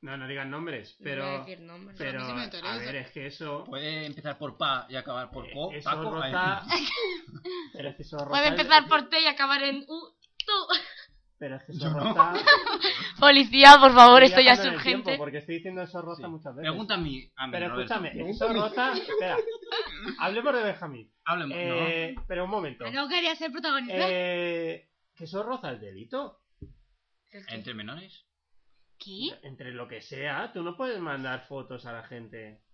Speaker 2: No, no digan nombres,
Speaker 3: Pero... No voy a
Speaker 2: pero.
Speaker 3: decir nombres.
Speaker 2: Pero,
Speaker 7: A mí sí me
Speaker 2: a
Speaker 7: interesa.
Speaker 2: ver, es que eso.
Speaker 6: Puede empezar por pa y acabar por co.
Speaker 2: Eh, eso
Speaker 6: Paco,
Speaker 2: rota.
Speaker 6: ahí.
Speaker 2: *laughs* Pero es que eso
Speaker 3: Puede
Speaker 2: rota-
Speaker 3: empezar por T y acabar en U. tú.
Speaker 2: Pero es que
Speaker 6: Yo
Speaker 2: eso
Speaker 6: no. *laughs*
Speaker 2: rota.
Speaker 3: *laughs* Policía, por favor,
Speaker 2: Estoy
Speaker 3: esto ya es
Speaker 2: viajando en el
Speaker 3: urgente.
Speaker 2: tiempo, porque estoy diciendo eso rota
Speaker 6: Sí.
Speaker 2: muchas veces.
Speaker 6: Pregunta a mí. a mí,
Speaker 2: Pero
Speaker 6: Roberto.
Speaker 2: escúchame, eso rota.
Speaker 6: *laughs*
Speaker 2: Espera. Hablemos de Benjamín.
Speaker 6: Háblame.
Speaker 2: Eh, Pero un momento.
Speaker 1: No quería ser protagonista.
Speaker 2: Eh, que eso roza el delito.
Speaker 6: no. ¿Entre menores?
Speaker 1: ¿Qué?
Speaker 2: Entre lo que sea, tú no puedes mandar fotos a la gente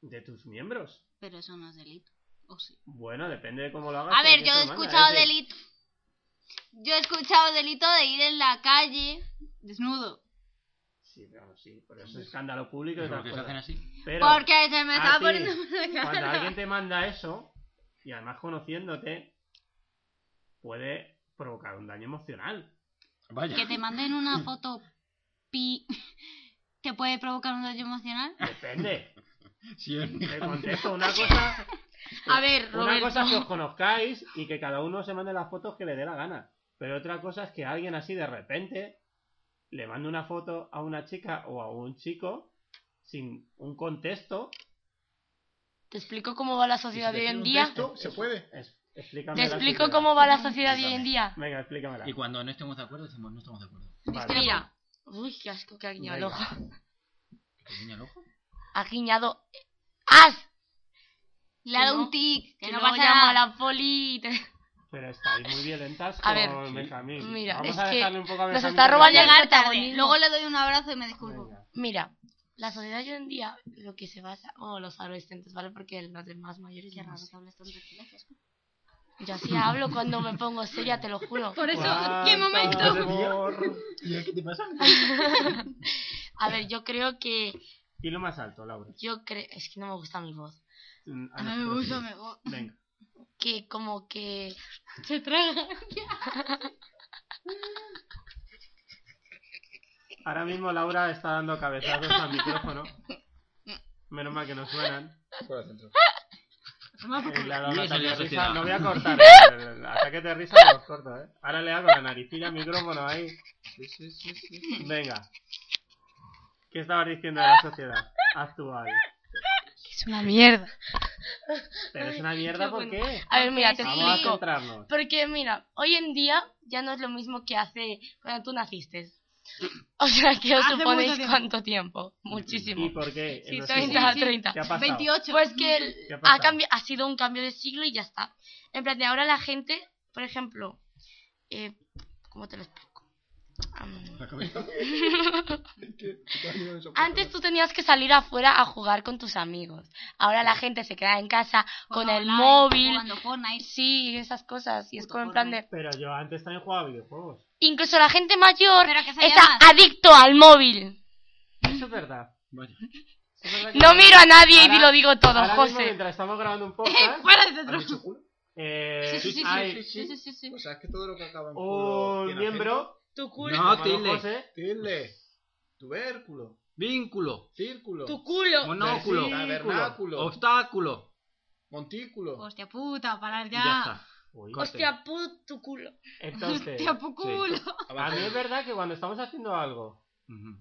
Speaker 2: de tus miembros.
Speaker 1: Pero eso no es delito. ¿O sí?
Speaker 2: Bueno, depende de cómo lo hagas.
Speaker 1: A
Speaker 2: Ah, pero
Speaker 1: ver,
Speaker 2: que
Speaker 1: yo
Speaker 2: eso
Speaker 1: he
Speaker 2: manda,
Speaker 1: escuchado
Speaker 2: es de-
Speaker 1: delito. Yo he escuchado delito de ir en la calle desnudo.
Speaker 2: Sí, pero sí, pero eso es escándalo público. y
Speaker 6: ¿Por
Speaker 2: otras
Speaker 6: qué se hacen
Speaker 2: cosas.
Speaker 6: así?
Speaker 2: Pero
Speaker 1: Porque se me
Speaker 2: a
Speaker 1: estaba
Speaker 2: ti,
Speaker 1: poniendo *laughs* mal la
Speaker 2: cuando
Speaker 1: cara.
Speaker 3: *laughs*
Speaker 2: alguien te manda eso, y además conociéndote, puede provocar un daño emocional.
Speaker 6: Vaya.
Speaker 1: Que te manden una foto pi. *laughs* ¿Te puede provocar un daño emocional?
Speaker 2: Depende.
Speaker 6: Sí, es mi
Speaker 2: Te
Speaker 6: hija.
Speaker 2: contesto una cosa,
Speaker 3: A ver,
Speaker 2: una cosa es que os
Speaker 3: Roberto.
Speaker 2: conozcáis y que cada uno se mande las fotos que le dé la gana. Pero otra cosa es que alguien así de repente le mande una foto a una chica o a un chico sin un contexto.
Speaker 3: Te explico cómo va la sociedad de hoy en día.
Speaker 7: texto, se puede.
Speaker 2: Es- explícame
Speaker 3: Te
Speaker 2: la
Speaker 3: explico
Speaker 2: sociedad.
Speaker 3: cómo va la sociedad de hoy en día.
Speaker 2: Venga, explícamela.
Speaker 6: Y cuando no estemos de acuerdo, decimos no estamos de acuerdo.
Speaker 2: Vale.
Speaker 3: Mira. Uy, qué asco que ha guiñado el
Speaker 2: Venga.
Speaker 3: ojo.
Speaker 6: ¿Que te guiña el ojo?
Speaker 3: Ha guiñado. ¡As!
Speaker 1: Le ha dado
Speaker 3: no,
Speaker 1: un tic. Que no
Speaker 3: luego
Speaker 1: pasa
Speaker 3: llamo
Speaker 1: nada.
Speaker 3: a la poli. y te-
Speaker 2: Pero estáis muy violentas con
Speaker 3: A ver,
Speaker 2: Benjamín.
Speaker 3: mira,
Speaker 2: Vamos
Speaker 3: es
Speaker 2: a
Speaker 3: que
Speaker 2: dejarle un poco a
Speaker 3: nos
Speaker 2: Benjamín
Speaker 3: está
Speaker 2: que
Speaker 3: robando
Speaker 2: lo
Speaker 3: el
Speaker 1: Llegar tarde.
Speaker 3: protagonismo.
Speaker 1: Luego le doy un abrazo y me disculpo.
Speaker 2: Venga.
Speaker 3: Mira, la sociedad de hoy en día, lo que se basa. O los adolescentes, ¿vale? Porque los demás mayores
Speaker 1: Qué
Speaker 3: ya no
Speaker 1: raro
Speaker 3: sé.
Speaker 1: que hables tantas veces.
Speaker 3: Yo así hablo cuando me pongo seria, te lo juro.
Speaker 1: Por eso,
Speaker 2: ¿Cuánto
Speaker 1: ¿qué momento?
Speaker 2: amor?
Speaker 6: ¿Qué te pasa?
Speaker 3: A ver, yo creo que.
Speaker 2: Y lo más alto, Laura.
Speaker 3: Yo creo. Es que no me gusta mi voz.
Speaker 2: Mm,
Speaker 1: A
Speaker 2: a
Speaker 1: mí me
Speaker 2: nosotros
Speaker 1: gusta,
Speaker 2: sí.
Speaker 1: me gusta.
Speaker 2: Venga.
Speaker 3: Que como que. Se traga.
Speaker 2: Ahora mismo Laura está dando cabezazos al micrófono. Menos mal que no suenan.
Speaker 4: Fuera del centro.
Speaker 2: Eh, le ha dado un
Speaker 6: Yo
Speaker 2: ataque
Speaker 6: soy la
Speaker 2: de risa.
Speaker 6: sociedad.
Speaker 2: No voy a cortar eh. el, el ataque de risa, los corto, ¿eh? Ahora le hago la naricilla al micrófono ahí.
Speaker 4: Sí, sí, sí, sí.
Speaker 2: Venga. ¿Qué estabas diciendo de la sociedad actual?
Speaker 1: Es una mierda.
Speaker 2: Pero es
Speaker 3: Ay,
Speaker 2: una mierda,
Speaker 3: qué
Speaker 2: ¿por
Speaker 3: bueno.
Speaker 2: qué?
Speaker 3: A ver, mira, te
Speaker 1: Sí.
Speaker 2: Vamos a
Speaker 3: explico.
Speaker 2: centrarnos.
Speaker 3: Porque mira, hoy en día ya no es lo mismo que hace cuando tú naciste. O sea, que os
Speaker 7: Hace
Speaker 3: suponéis
Speaker 7: mucho tiempo.
Speaker 3: cuánto tiempo.
Speaker 2: ¿Y
Speaker 3: Muchísimo.
Speaker 2: por qué?
Speaker 3: Sí,
Speaker 2: No sé.
Speaker 3: 30,
Speaker 7: sí.
Speaker 3: 30.
Speaker 2: ¿Qué ha pasado?
Speaker 7: 28.
Speaker 3: Pues que el-
Speaker 2: ¿Qué ha
Speaker 3: ha,
Speaker 2: pasado?
Speaker 3: cambi- ha sido un cambio de siglo y ya está. En plan, de ahora la gente, por ejemplo, eh, ¿cómo te lo explico? Am, *laughs* Antes tú tenías que salir afuera a jugar con tus amigos. Ahora la gente se queda en casa con el
Speaker 1: Online,
Speaker 3: móvil.
Speaker 1: Jugando
Speaker 3: *laughs*
Speaker 1: Fortnite.
Speaker 3: Sí, esas cosas. Y es
Speaker 1: Puto
Speaker 3: como en plan de...
Speaker 1: Fortnite.
Speaker 2: Pero yo antes también jugaba a videojuegos.
Speaker 3: Incluso la gente mayor
Speaker 1: Pero que se
Speaker 3: está
Speaker 1: llama.
Speaker 3: adicto al móvil.
Speaker 2: Eso es verdad.
Speaker 6: Vaya.
Speaker 2: Eso es verdad que-
Speaker 3: No miro a nadie
Speaker 2: Ahora-
Speaker 3: y lo digo todo,
Speaker 2: ahora mismo,
Speaker 3: José.
Speaker 2: mientras estamos grabando
Speaker 3: *laughs*
Speaker 2: un podcast,
Speaker 4: ¿Has dicho culo?
Speaker 2: eh,
Speaker 4: Sí, sí, sí,
Speaker 2: hay
Speaker 4: sí, sí, sí,
Speaker 7: sí, sí.
Speaker 4: O sea, es que todo lo que acaba en culo
Speaker 2: un
Speaker 4: tiene
Speaker 2: Oh, miembro
Speaker 3: Tu culo.
Speaker 6: No,
Speaker 2: llamado
Speaker 6: tilde.
Speaker 2: José.
Speaker 4: acento. Tilde. Tubérculo.
Speaker 6: Vínculo.
Speaker 4: Círculo.
Speaker 3: culo.
Speaker 6: Monóculo.
Speaker 2: Versículo.
Speaker 4: Tabernáculo.
Speaker 6: Obstáculo.
Speaker 4: Montículo.
Speaker 1: Hostia puta, parar
Speaker 6: Y
Speaker 1: ya.
Speaker 6: ya está.
Speaker 2: Uy,
Speaker 6: Corte.
Speaker 3: pu, tu culo.
Speaker 2: entonces,
Speaker 1: Hostia pu- culo.
Speaker 2: a
Speaker 5: Ah,
Speaker 2: mí es verdad que cuando estamos haciendo algo
Speaker 6: Ujú.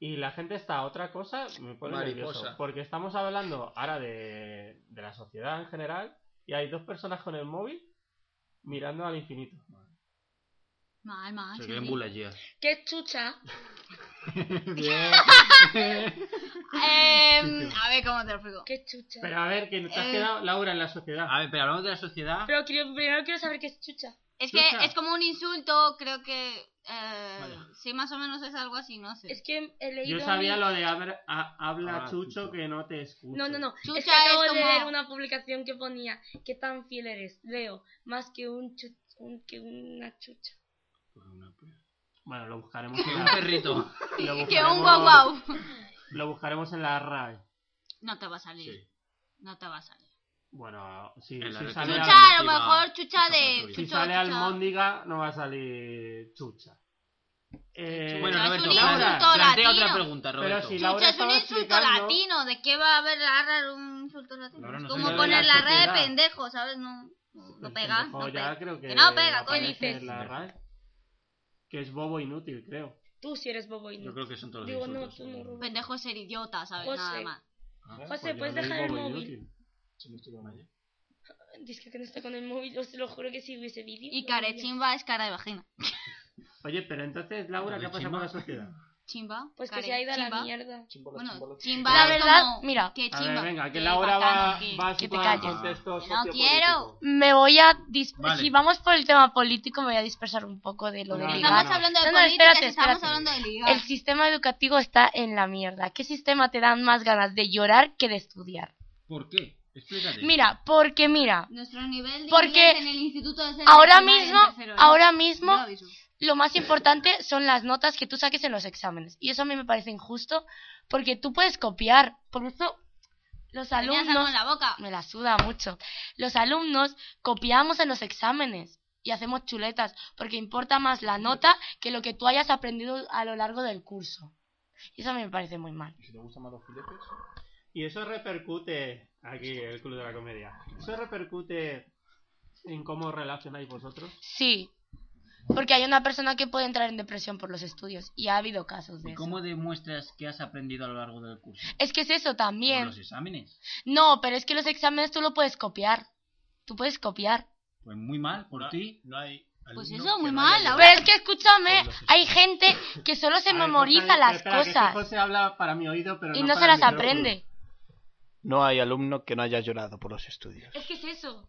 Speaker 2: y la gente está a otra cosa, me pone
Speaker 4: Mariposa.
Speaker 2: nervioso. Porque estamos hablando ahora de, de la sociedad en general y hay dos personas con el móvil mirando al infinito.
Speaker 1: Mal, mal.
Speaker 6: Se
Speaker 1: sí,
Speaker 6: creen
Speaker 1: sí.
Speaker 6: bulalleas.
Speaker 3: Qué
Speaker 2: *laughs*
Speaker 3: chucha.
Speaker 6: Bien.
Speaker 1: Em, a ver cómo te lo explico.
Speaker 3: Qué chucha.
Speaker 2: Pero a ver, que te has
Speaker 1: Eh.
Speaker 2: quedado, Laura, en la sociedad.
Speaker 6: A ver, pero hablamos de la sociedad.
Speaker 3: Pero quiero- primero quiero saber qué es chucha.
Speaker 1: Es que
Speaker 6: Chucha.
Speaker 1: es como un insulto, creo que. Eh,
Speaker 6: Vale.
Speaker 1: Sí, más o menos es algo así, no sé.
Speaker 3: Es que he leído.
Speaker 2: Yo sabía
Speaker 3: un-
Speaker 2: lo de habla, a- habla
Speaker 6: Ah,
Speaker 2: chucho,
Speaker 6: Chucho.
Speaker 2: que no te escucho.
Speaker 3: No, no, no.
Speaker 1: Chucha
Speaker 3: es que acabo
Speaker 1: es
Speaker 3: de
Speaker 1: como-
Speaker 3: leer una publicación que ponía. ¿Qué tan fiel eres? Leo. Más que un chu- un- que una chucha.
Speaker 2: Bueno, lo
Speaker 1: *laughs*
Speaker 2: buscaremos
Speaker 6: Que
Speaker 2: en
Speaker 6: un
Speaker 2: la-
Speaker 7: *laughs*
Speaker 6: perrito.
Speaker 2: lo
Speaker 1: que un
Speaker 2: buscaremos-
Speaker 1: guau guau.
Speaker 2: Lo buscaremos en la RAE.
Speaker 1: No te va a salir.
Speaker 6: Sí.
Speaker 1: No te va a salir.
Speaker 2: Bueno, si,
Speaker 6: En la
Speaker 2: si
Speaker 6: de-
Speaker 2: sale,
Speaker 6: Chucha,
Speaker 1: Chucha,
Speaker 2: al-
Speaker 1: a lo
Speaker 6: sí, va.
Speaker 1: mejor chucha de.
Speaker 6: Sí,
Speaker 1: Chucho,
Speaker 2: si sale
Speaker 1: chucha.
Speaker 2: almóndiga, no va a salir chucha. Eh,
Speaker 6: Bueno,
Speaker 1: es
Speaker 6: Roberto,
Speaker 1: un
Speaker 6: Laura,
Speaker 1: insulto
Speaker 6: plantea
Speaker 1: latino.
Speaker 6: otra pregunta,
Speaker 2: Pero
Speaker 6: Roberto.
Speaker 2: si la- Laura
Speaker 1: Chucha es un
Speaker 2: estaba
Speaker 1: insulto
Speaker 2: explicando-
Speaker 1: latino. ¿De qué va a haber la RAE un insulto latino?
Speaker 5: Laura, no
Speaker 1: es
Speaker 5: sé
Speaker 1: como
Speaker 5: nada de
Speaker 1: poner
Speaker 2: la
Speaker 1: la RAE
Speaker 2: sociedad.
Speaker 1: pendejo, ¿sabes? No, no, no
Speaker 2: el
Speaker 1: pega.
Speaker 2: pendejo
Speaker 1: No
Speaker 2: ya
Speaker 1: pega.
Speaker 2: creo que,
Speaker 1: Que no pega,
Speaker 2: aparece
Speaker 1: coño.
Speaker 2: en
Speaker 7: Felices.
Speaker 2: la RAE. Que es bobo inútil, creo.
Speaker 7: Tú si eres bobo y
Speaker 6: Yo
Speaker 7: no.
Speaker 6: creo que son todos
Speaker 7: Digo,
Speaker 6: los
Speaker 7: no,
Speaker 6: insultos.
Speaker 7: tú no, Rubén.
Speaker 1: Pendejo es ser idiota, ¿sabes?
Speaker 7: José.
Speaker 1: Nada más.
Speaker 5: Ah,
Speaker 7: José,
Speaker 2: Pues
Speaker 7: ¿puedes
Speaker 2: yo le
Speaker 7: dejar el
Speaker 2: digo bobo
Speaker 7: móvil?
Speaker 2: inútil.
Speaker 4: Si no estoy yo mal, ¿eh?
Speaker 7: Dice que no está con el móvil, os lo juro que si hubiese vídeo.
Speaker 1: Y
Speaker 7: lo vería.
Speaker 1: carechimba es cara de vagina.
Speaker 2: Oye, pero entonces, Laura, ¿qué
Speaker 6: Lo de
Speaker 2: pasa
Speaker 6: Chimba.
Speaker 2: con la sociedad?
Speaker 1: Chimba.
Speaker 7: Pues que
Speaker 1: care-
Speaker 7: se ha ido a la
Speaker 1: chimba.
Speaker 7: mierda.
Speaker 4: Chimbola,
Speaker 1: Bueno,
Speaker 4: chimbola.
Speaker 1: chimba
Speaker 3: La
Speaker 1: es
Speaker 3: verdad,
Speaker 1: como-
Speaker 3: mira.
Speaker 1: Que
Speaker 2: A
Speaker 1: chimba.
Speaker 2: ver, venga, que
Speaker 1: Que
Speaker 2: Laura va,
Speaker 1: bacano, que-
Speaker 2: va a
Speaker 3: que te
Speaker 2: situar el
Speaker 3: calles.
Speaker 2: contexto
Speaker 1: Que no
Speaker 2: sociopolítico.
Speaker 1: quiero.
Speaker 3: Me voy a... dis-
Speaker 6: Vale.
Speaker 3: Si vamos por el tema político, me voy a dispersar un poco de lo de
Speaker 2: No, no,
Speaker 3: ligar.
Speaker 1: Estamos hablando de
Speaker 3: No, no,
Speaker 1: política,
Speaker 3: espérate,
Speaker 1: si estamos
Speaker 3: espérate.
Speaker 1: hablando de ligar.
Speaker 3: El sistema educativo está en la mierda. ¿Qué sistema te dan más ganas de llorar que de estudiar?
Speaker 6: ¿Por qué? Explícate.
Speaker 3: Mira, porque mira,
Speaker 1: Nuestro nivel de
Speaker 3: Porque
Speaker 1: inglés en el instituto es el
Speaker 3: ahora
Speaker 1: primario,
Speaker 3: mismo,
Speaker 1: en tercero, ¿eh?
Speaker 3: ahora mismo
Speaker 1: Ya lo aviso.
Speaker 3: lo más importante son las notas que tú saques en los exámenes. Y eso a mí me parece injusto porque tú puedes copiar. Por eso los
Speaker 1: Tenía sal
Speaker 3: alumnos...
Speaker 1: con la boca.
Speaker 3: Me la suda mucho. Los alumnos copiamos en los exámenes y hacemos chuletas porque importa más la nota que lo que tú hayas aprendido a lo largo del curso. Y eso a mí me parece muy mal.
Speaker 4: ¿Y si te gustan más los filetes?
Speaker 2: Y eso repercute aquí, el Club de la Comedia. Eso repercute en cómo relacionáis vosotros.
Speaker 3: Sí. Porque hay una persona que puede entrar en depresión por los estudios y ha habido casos de
Speaker 6: ¿Y
Speaker 3: eso.
Speaker 6: cómo demuestras que has aprendido a lo largo del curso?
Speaker 3: Es que es eso
Speaker 6: Por
Speaker 3: también.
Speaker 6: los exámenes.
Speaker 3: No, pero es que los exámenes tú lo puedes copiar. Tú puedes copiar.
Speaker 6: Pues muy mal,
Speaker 2: Ah.
Speaker 6: por ti.
Speaker 8: No hay.
Speaker 1: Pues
Speaker 8: alumno
Speaker 1: eso,
Speaker 8: que
Speaker 1: muy
Speaker 8: no
Speaker 1: mal,
Speaker 8: haya
Speaker 1: Laura.
Speaker 3: Pero es que escúchame,
Speaker 8: Por los
Speaker 3: hay gente que solo
Speaker 2: *laughs*
Speaker 3: se
Speaker 2: A ver,
Speaker 3: memoriza
Speaker 2: José,
Speaker 3: las
Speaker 2: espera, que es que
Speaker 3: cosas
Speaker 2: José habla para mi oído, pero
Speaker 3: y
Speaker 2: no
Speaker 3: no se
Speaker 2: para el
Speaker 3: las
Speaker 2: micrófono.
Speaker 3: aprende.
Speaker 9: No hay alumno que no haya llorado por los estudios.
Speaker 7: Es que es eso.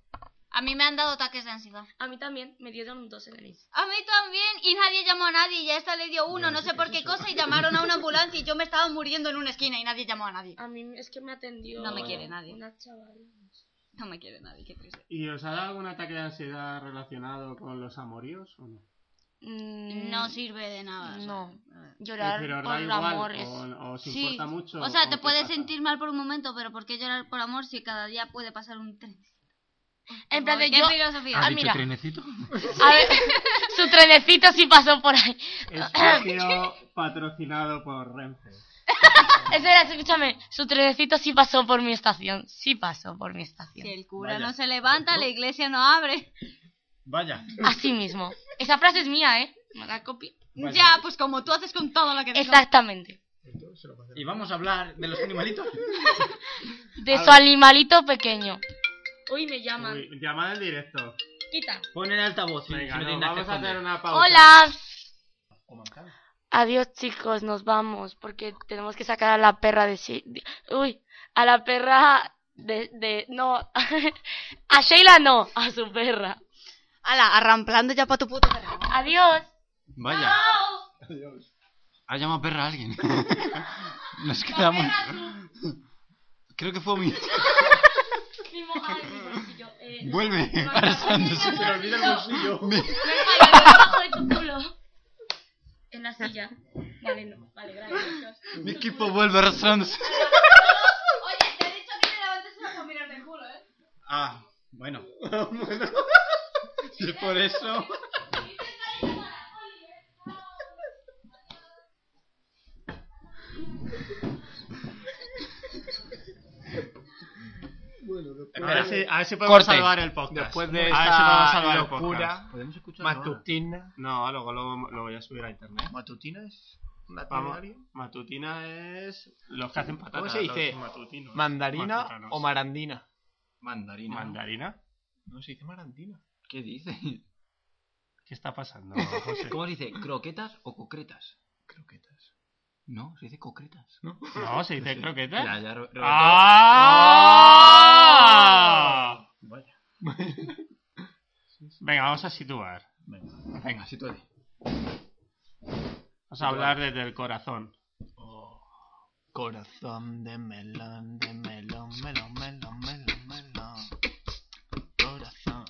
Speaker 1: A mí me han dado ataques de ansiedad.
Speaker 7: A mí también me dieron un 2 en el INS.
Speaker 1: A mí también, y nadie llamó a nadie, y a esta le dio uno, no sé por qué cosa, y llamaron a una ambulancia, y yo me estaba muriendo en una esquina, y nadie llamó a nadie.
Speaker 7: A mí es que me atendió.
Speaker 1: No me quiere nadie.
Speaker 7: Una chavala.
Speaker 1: No me quiere nadie, qué triste.
Speaker 2: ¿Y os ha dado algún ataque de ansiedad relacionado con los amoríos o no?
Speaker 3: Mm,
Speaker 1: No sirve de nada. o sea,
Speaker 3: No.
Speaker 2: Es
Speaker 7: Ah,
Speaker 3: Llorar
Speaker 2: decir, ¿os
Speaker 3: por
Speaker 2: da
Speaker 3: el
Speaker 2: igual?
Speaker 3: amor es...
Speaker 2: ¿O- ¿Os
Speaker 3: sí.
Speaker 2: importa mucho?
Speaker 1: O sea,
Speaker 2: ¿O
Speaker 1: te
Speaker 2: qué
Speaker 1: puedes
Speaker 2: pasa?
Speaker 1: sentir mal por un momento, pero ¿por qué llorar por amor si cada día puede pasar un tren?
Speaker 3: En plan de
Speaker 1: ¿Qué
Speaker 3: yo...
Speaker 1: filosofía?
Speaker 3: Ah,
Speaker 6: dicho
Speaker 3: mira.
Speaker 6: trenecito?
Speaker 3: *laughs* A ver, su trenecito sí pasó por ahí. *coughs*
Speaker 2: Espacio patrocinado por Renfe.
Speaker 3: Espera, escúchame, su trenecito sí pasó por mi estación. Sí pasó por mi
Speaker 1: Si
Speaker 3: estación.
Speaker 1: el cura
Speaker 6: Vaya.
Speaker 1: no se levanta, la iglesia no abre.
Speaker 6: Vaya.
Speaker 3: Así mismo. Esa frase es mía, ¿eh? Me la copié.
Speaker 1: Ya, pues como tú haces con todo lo que digo.
Speaker 3: Exactamente.
Speaker 4: Esto se lo pasé.
Speaker 6: Y vamos a hablar de los animalitos.
Speaker 2: *laughs*
Speaker 3: De su animalito pequeño.
Speaker 7: Hoy me llaman.
Speaker 2: Uy, llamada en directo.
Speaker 7: Quita.
Speaker 6: Pon el altavoz. si-
Speaker 2: Venga,
Speaker 6: si no
Speaker 2: no,
Speaker 6: tienes nada que
Speaker 2: vamos a hacer
Speaker 6: esconder.
Speaker 2: una pausa.
Speaker 3: Hola.
Speaker 4: O manzana.
Speaker 3: Adiós chicos, nos vamos porque tenemos que sacar a la perra de Shei- de- Uy, a la perra de... de... No, *laughs* a Sheila no, a su perra.
Speaker 1: Ala, arramplando ya para tu puto carajo.
Speaker 3: Adiós.
Speaker 6: Vaya. Ha llamado perra
Speaker 7: *laughs*
Speaker 6: a alguien. Nos quedamos. Creo que fue *laughs* mi.
Speaker 7: Primo, ay, mi bolsillo. Eh,
Speaker 6: Vuelve.
Speaker 7: Se te olvida el
Speaker 6: bolsillo.
Speaker 7: debajo de tu culo. En la silla. Vale, no. Vale, gracias.
Speaker 6: Mi equipo vuelve arrastrándose.
Speaker 1: Oye, te he dicho que te levantes para mirarte el culo, ¿eh?
Speaker 6: Ah, bueno. Y por eso.
Speaker 2: A ver si, a ver si podemos
Speaker 6: Corte.
Speaker 2: salvar el podcast.
Speaker 4: Después de
Speaker 2: a ver si podemos
Speaker 4: esta
Speaker 2: salvar el
Speaker 4: locura
Speaker 2: podcast.
Speaker 6: Podemos escuchar.
Speaker 4: matutina.
Speaker 2: No, luego lo, lo voy a subir a internet.
Speaker 4: ¿Matutina es una
Speaker 2: Vamos.
Speaker 4: tarea?
Speaker 2: Matutina es los que hacen patatas.
Speaker 4: ¿Cómo se dice?
Speaker 2: los matutinos.
Speaker 4: ¿Mandarina
Speaker 2: Matutanos.
Speaker 4: o marandina?
Speaker 6: Mandarina.
Speaker 2: mandarina.
Speaker 4: No se dice marandina.
Speaker 6: ¿Qué dice? *laughs*
Speaker 2: ¿Qué está
Speaker 4: *laughs*
Speaker 2: pasando, José?
Speaker 6: ¿Cómo se dice? ¿Croquetas o concretas?
Speaker 4: Croquetas.
Speaker 6: No, se dice concretas.
Speaker 2: No, se dice croquetas.
Speaker 6: Ya, ya, Roberto.
Speaker 2: ¡Ah!
Speaker 6: Vaya.
Speaker 2: Venga, vamos a situar.
Speaker 6: Venga, venga, sitúate.
Speaker 2: Vamos a hablar desde el corazón.
Speaker 4: Corazón de melón, de melón, melón, melón, melón, melón. Corazón.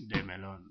Speaker 2: De melón.